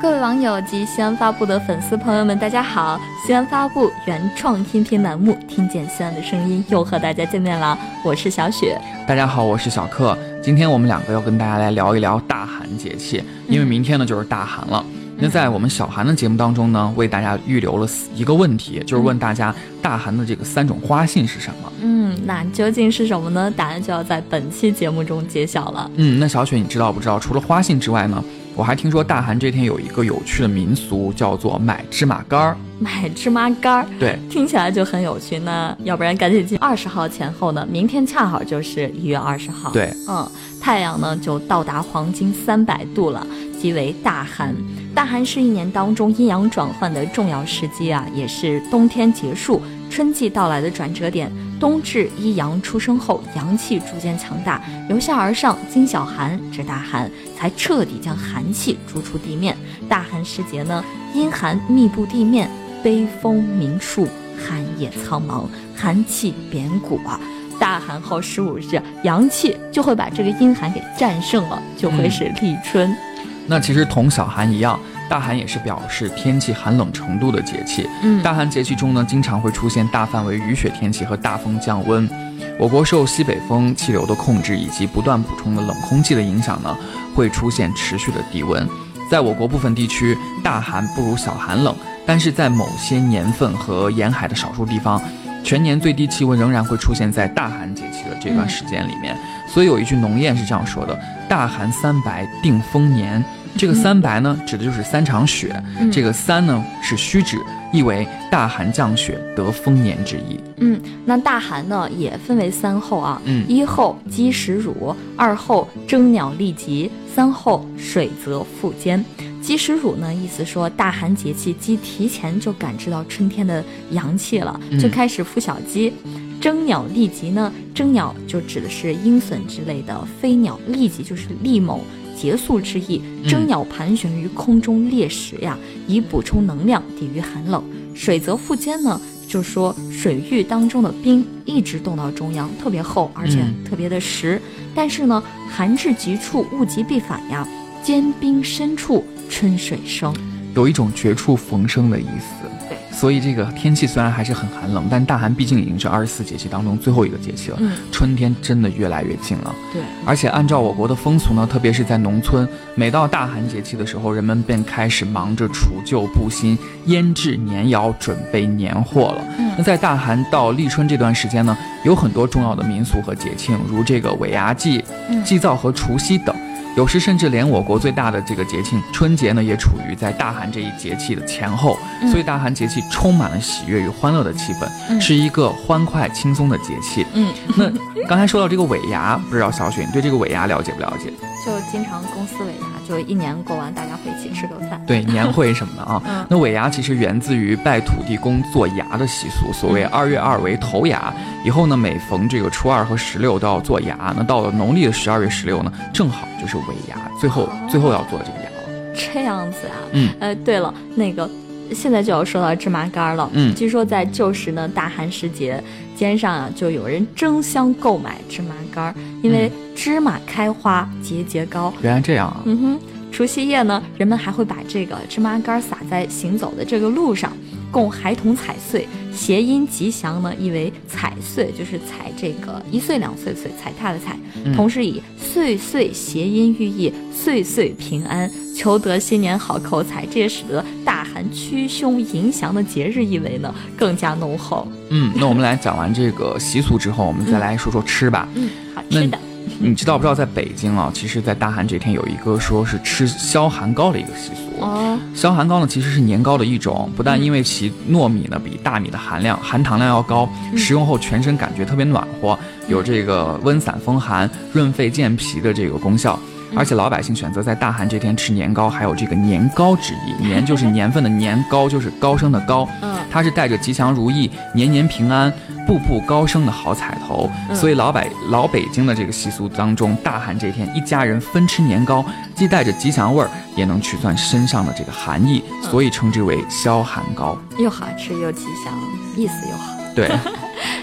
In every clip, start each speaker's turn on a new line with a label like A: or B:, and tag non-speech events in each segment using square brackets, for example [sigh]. A: 各位网友及西安发布的粉丝朋友们，大家好！西安发布原创音频栏目《听见西安的声音》又和大家见面了，我是小雪。
B: 大家好，我是小克。今天我们两个要跟大家来聊一聊大寒节气，因为明天呢就是大寒了。那在我们小寒的节目当中呢，为大家预留了一个问题，就是问大家大寒的这个三种花信是什么？
A: 嗯，那究竟是什么呢？答案就要在本期节目中揭晓了。
B: 嗯，那小雪你知道不知道？除了花信之外呢，我还听说大寒这天有一个有趣的民俗，叫做买芝麻干儿。
A: 买芝麻干儿，
B: 对，
A: 听起来就很有趣呢。要不然赶紧进二十号前后呢，明天恰好就是一月二十号。
B: 对，
A: 嗯，太阳呢就到达黄金三百度了，即为大寒。大寒是一年当中阴阳转换的重要时机啊，也是冬天结束、春季到来的转折点。冬至一阳出生后，阳气逐渐强大，由下而上经小寒至大寒，才彻底将寒气逐出地面。大寒时节呢，阴寒密布地面，悲风鸣树，寒夜苍茫，寒气扁骨啊。大寒后十五日，阳气就会把这个阴寒给战胜了，就会是立春。
B: 那其实同小寒一样，大寒也是表示天气寒冷程度的节气。
A: 嗯
B: 大寒节气中呢，经常会出现大范围雨雪天气和大风降温。我国受西北风气流的控制以及不断补充的冷空气的影响呢，会出现持续的低温。在我国部分地区，大寒不如小寒冷，但是在某些年份和沿海的少数地方，全年最低气温仍然会出现在大寒节气的这段时间里面。所以有一句农谚是这样说的：“大寒三白定丰年。”这个三白呢，指的就是三场雪。
A: 嗯
B: 这个三呢是虚指，意为大寒降雪得丰年之意。
A: 嗯，那大寒呢也分为三候啊，
B: 嗯
A: 一候鸡食乳，二候争鸟立集，三候水泽复坚。鸡食乳呢，意思说大寒节气鸡提前就感知到春天的阳气了，就
B: 嗯
A: 开始孵小鸡。争鸟立集呢，争鸟就指的是鹰隼之类的飞鸟，立集就是立某。结束之意，争
B: 嗯
A: 鸟盘旋于空中猎食呀，以补充能量，抵御寒冷。水泽腹间呢，就说水域当中的冰一直冻到中央，特别厚，而且
B: 嗯
A: 特别的实。但是呢，寒至极处，物极必反呀。坚冰深处，春水生。
B: 有一种绝处逢生的意思。
A: 对
B: 所以这个天气虽然还是很寒冷，但大寒毕竟已经是二十四节气当中最后一个节气了。
A: 嗯，
B: 春天真的越来越近了，
A: 对，
B: 而且按照我国的风俗呢，特别是在农村，每到大寒节气的时候，人们便开始忙着除旧布新、腌制年肴、准备年货了。那
A: 嗯
B: 在大寒到立春这段时间呢，有很多重要的民俗和节庆，如这个尾牙祭、
A: 嗯
B: 祭灶和除夕等。有时甚至连我国最大的这个节庆春节呢，也处于在大寒这一节气的前后，
A: 嗯
B: 所以大寒节气充满了喜悦与欢乐的气氛，
A: 嗯
B: 是一个欢快轻松的节气。
A: 嗯，
B: 那刚才说到这个尾牙，不知道小雪你对这个尾牙了解不了解？
A: 就经常公司尾牙，就一年过完，大家会一起吃个饭。
B: 对年会什么的啊。
A: 嗯
B: 那尾牙其实源自于拜土地公做牙的习俗，所谓
A: 嗯
B: 二月二为头牙。以后呢，每逢这个初二和十六都要做牙。那到了农历的十二月十六呢，正好就是尾牙，最后
A: 哦
B: 最后要做这个牙了。
A: 这样子啊，
B: 嗯，
A: 呃，对了，那个现在就要说到芝麻干儿了。
B: 嗯
A: 据说在旧时呢，大寒时节间上啊，就有人争相购买芝麻干儿，因为
B: 嗯
A: 芝麻开花节节高。
B: 原来这样啊。
A: 嗯哼，除夕夜呢，人们还会把这个芝麻干儿撒在行走的这个路上，供孩童踩碎。谐音吉祥呢，意为踩碎，就是踩这个一岁两岁岁踩踏的踩。
B: 嗯
A: 同时以岁岁谐音寓意岁岁平安，求得新年好口才，这也使得大寒驱凶迎祥的节日意味呢更加浓厚。
B: 嗯，那我们来讲完这个习俗之后，我们再来说说吃吧。
A: 嗯，好
B: 那
A: 吃的。
B: 你知道不知道，在北京啊，其实，在大寒这天有一个说是吃消寒糕的一个习俗。
A: 哦，
B: 消寒糕呢，其实是年糕的一种，不但
A: 嗯
B: 因为其糯米呢比大米的含量含糖量要高，
A: 嗯
B: 食用后全身感觉特别暖和，有这个温散风寒、润肺健脾的这个功效。
A: 嗯
B: 而且老百姓选择在大寒这天吃年糕，还有这个年糕之意，年就是年份的年，糕就是高升的高，
A: 嗯
B: 它是带着吉祥如意、年年平安、步步高升的好彩头。
A: 嗯
B: 所以老百老北京的这个习俗当中，大寒这天一家人分吃年糕，既带着吉祥味儿，也能去算身上的这个寒意，
A: 嗯
B: 所以称之为消寒糕。
A: [laughs] 又好吃又吉祥，意思又好。
B: 对，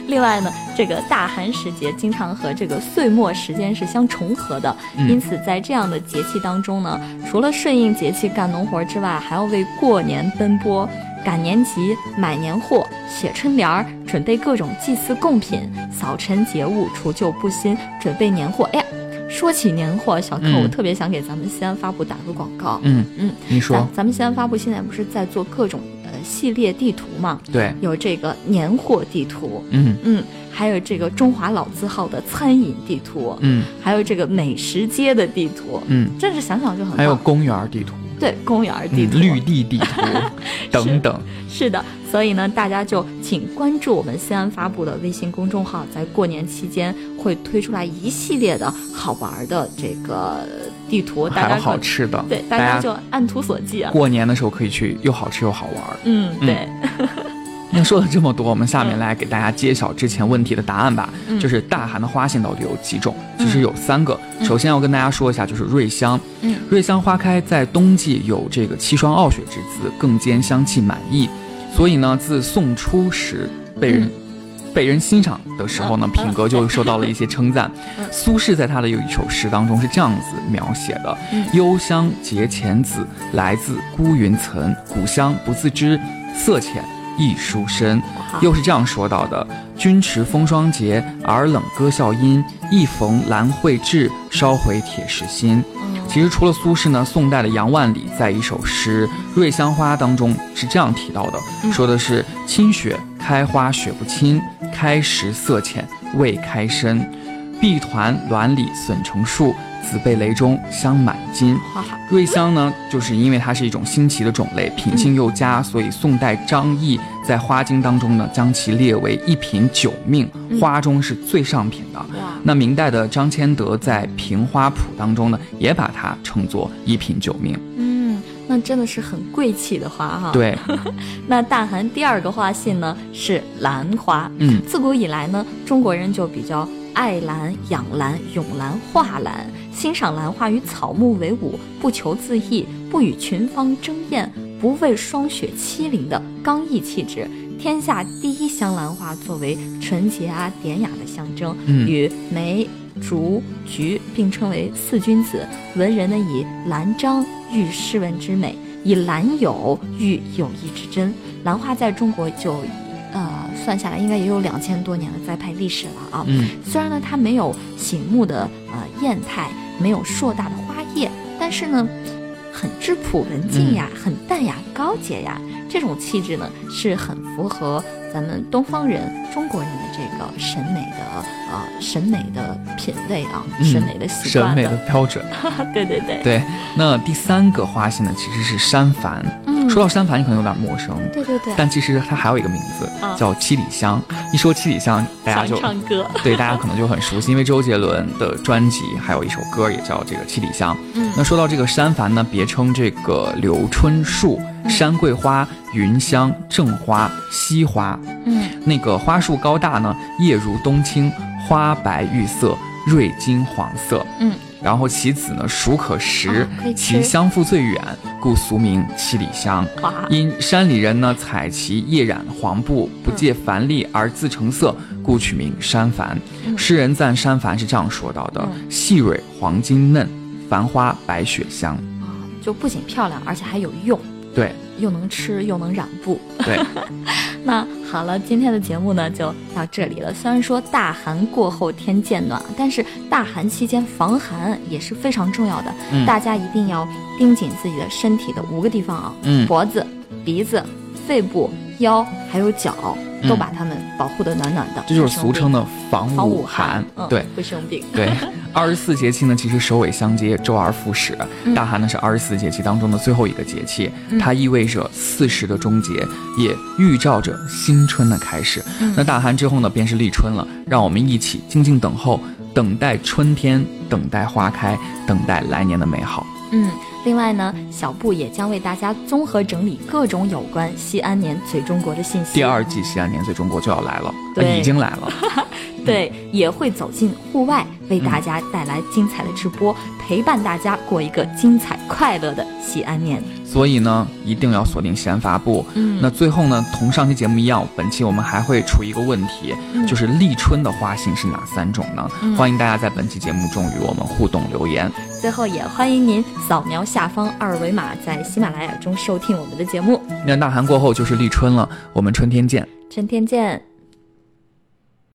A: 另外呢，这个大寒时节经常和这个岁末时间是相重合的，因此在这样的节气当中呢，除了顺应节气干农活之外，还要为过年奔波。赶年集、买年货、写春联儿、准备各种祭祀贡品、扫尘节物、除旧布新、准备年货。哎呀， [laughs] 说起年货，小克，
B: 嗯
A: 我特别想给咱们西安发布打个广告。
B: 嗯
A: 嗯，
B: 你说
A: 咱咱们西安发布现在不是在做各种呃系列地图嘛？
B: 对，
A: 有这个年货地图，
B: 嗯
A: 嗯，还有这个中华老字号的餐饮地图，
B: 嗯
A: 还有这个美食街的地图，
B: 嗯，
A: 真是想想就很棒。
B: 还有公园儿地图、
A: 对公园儿
B: 嗯
A: 地图、
B: 绿地地
A: [laughs]
B: 图等等。
A: 是的，所以呢，大家就请关注我们西安发布的微信公众号，在过年期间会推出来一系列的好玩儿的这个地图，大
B: 还
A: 家
B: 有
A: 可
B: 好吃的，
A: 对大家就按图索骥啊。
B: 过年的时候可以去，又好吃又好玩儿。
A: 嗯，
B: 嗯
A: 对，
B: 那说了这么多，我们下面
A: 嗯
B: 来给大家揭晓之前问题的答案吧。
A: 嗯
B: 就是大寒的花信到底有几种？其实
A: 嗯
B: 有三个。
A: 嗯
B: 首先要跟大家说一下，就是瑞香。
A: 嗯
B: 瑞香花开在冬季有这个七霜傲雪之姿，更兼香气满溢。所以呢，自宋初时被
A: 嗯
B: 人、被人欣赏的时候呢，品格就受到了一些称赞
A: [laughs] 嗯。
B: 苏轼在他的有一首诗当中是这样子描写的
A: 嗯：“
B: 幽香结前子，来自孤云层。古香不自知，色浅亦殊深。”
A: 好，
B: 又是这样说到的：“君持风霜节，耳冷歌笑音。一逢兰蕙至，烧毁铁石心。”
A: 嗯
B: 其实除了苏轼呢，宋代的杨万里在一首诗《瑞香花》当中是这样提到的，
A: 嗯
B: 说的是“清雪开花雪不清，开时色浅未开深。碧团栾里笋成树，紫背雷中香满襟。”
A: 花好，
B: 瑞香呢，就是因为它是一种新奇的种类，品性又佳，所以宋代张毅在《花经》当中呢，将其列为一品九命
A: 嗯
B: 花中是最上品的。
A: 哇，
B: 那明代的张谦德在《平花谱》当中呢，也把它称作一品九命。
A: 嗯，那真的是很贵气的花哈。，
B: 对，
A: 那大寒第二个花信呢是兰花， [laughs]
B: 嗯
A: 自古以来呢，中国人就比较爱兰、养兰、咏兰、画兰，欣赏兰花与草木为伍，不求自益，不与群芳争艳，不畏霜雪欺凌的刚毅气质。天下第一香兰花作为纯洁啊、典雅的象征，
B: 嗯
A: 与梅、竹、菊并称为四君子。文人呢以兰章喻诗文之美，以兰友喻友谊之真。兰花在中国就，呃，算下来应该也有两千多年的栽培历史了啊。
B: 嗯
A: 虽然呢它没有醒目的呃艳态，没有硕大的花叶，但是呢。很质朴文静呀，
B: 嗯
A: 很淡雅高洁呀，这种气质呢是很符合咱们东方人、中国人的这个审美的呃审美的品味啊，
B: 嗯
A: 审美的习
B: 审
A: 惯
B: 美的标准。
A: 对对对，
B: 对，那第三个花信呢，其实是山矾。
A: 嗯，
B: 说到山矾，你可能有点陌生，
A: 对对对，
B: 但其实它还有一个名字
A: 啊
B: 叫七里香。一说七里香，大家
A: 想
B: 就
A: 唱歌，
B: [laughs] 对大家可能就很熟悉，因为周杰伦的专辑还有一首歌也叫这个《七里香》。
A: 嗯
B: 那说到这个山矾呢，别称这个刘春树、
A: 嗯
B: 山桂花、云香、正花、西花，
A: 嗯
B: 那个花树高大呢，叶如冬青，花白玉色，蕊金黄色。
A: 嗯，
B: 然后其子呢，熟可食
A: 啊可以，
B: 其
A: 吃
B: 香附最远，故俗名七里香。
A: 哇，
B: 因山里人呢采其叶染黄布，不借凡粒而自成色，故取名山矾。
A: 嗯
B: 诗人赞山矾是这样说到的：
A: 嗯
B: 细蕊黄金嫩，繁花白雪香。
A: 啊就不仅漂亮，而且还有用，
B: 对
A: 又能吃又能染布。
B: 对，
A: 那好了，今天的节目呢就到这里了。虽然说大寒过后天渐暖，但是大寒期间防寒也是非常重要的，
B: 嗯
A: 大家一定要盯紧自己的身体的五个地方啊， [laughs]
B: 嗯
A: 脖子、鼻子、肺部、腰还有脚，都把它们保护的暖暖的，
B: 嗯这就是俗称的防
A: 防
B: 捂
A: 捂
B: 寒
A: 寒，。嗯，
B: 对，
A: 会生病。
B: 对，二十四节气呢，其实首尾相接，周而复始。大寒呢是二十四节气当中的最后一个节气，它意味着四时的终结，也预兆着新春的开始。那大寒之后呢，便是立春了，让我们一起静静等候，等待春天，等待花开，等待来年的美好。
A: 嗯，另外呢，小布也将为大家综合整理各种有关西安年最中国的信息。
B: 第二季《西安年最中国》就要来了，呃
A: 对
B: 已经来了。
A: 对，也会走进户外，为大家带来精彩的直播，陪伴大家过一个精彩快乐的西安年。
B: 所以呢，一定要锁定西安发布。
A: 嗯
B: 那最后呢，同上期节目一样，本期我们还会出一个问题，
A: 嗯
B: 就是立春的花信是哪三种呢？
A: 嗯
B: 欢迎大家在本期节目中与我们互动留言。
A: 最后也欢迎您扫描下方二维码，在喜马拉雅中收听我们的节目。
B: 那大寒过后就是立春了，我们春天见。
A: 春天见。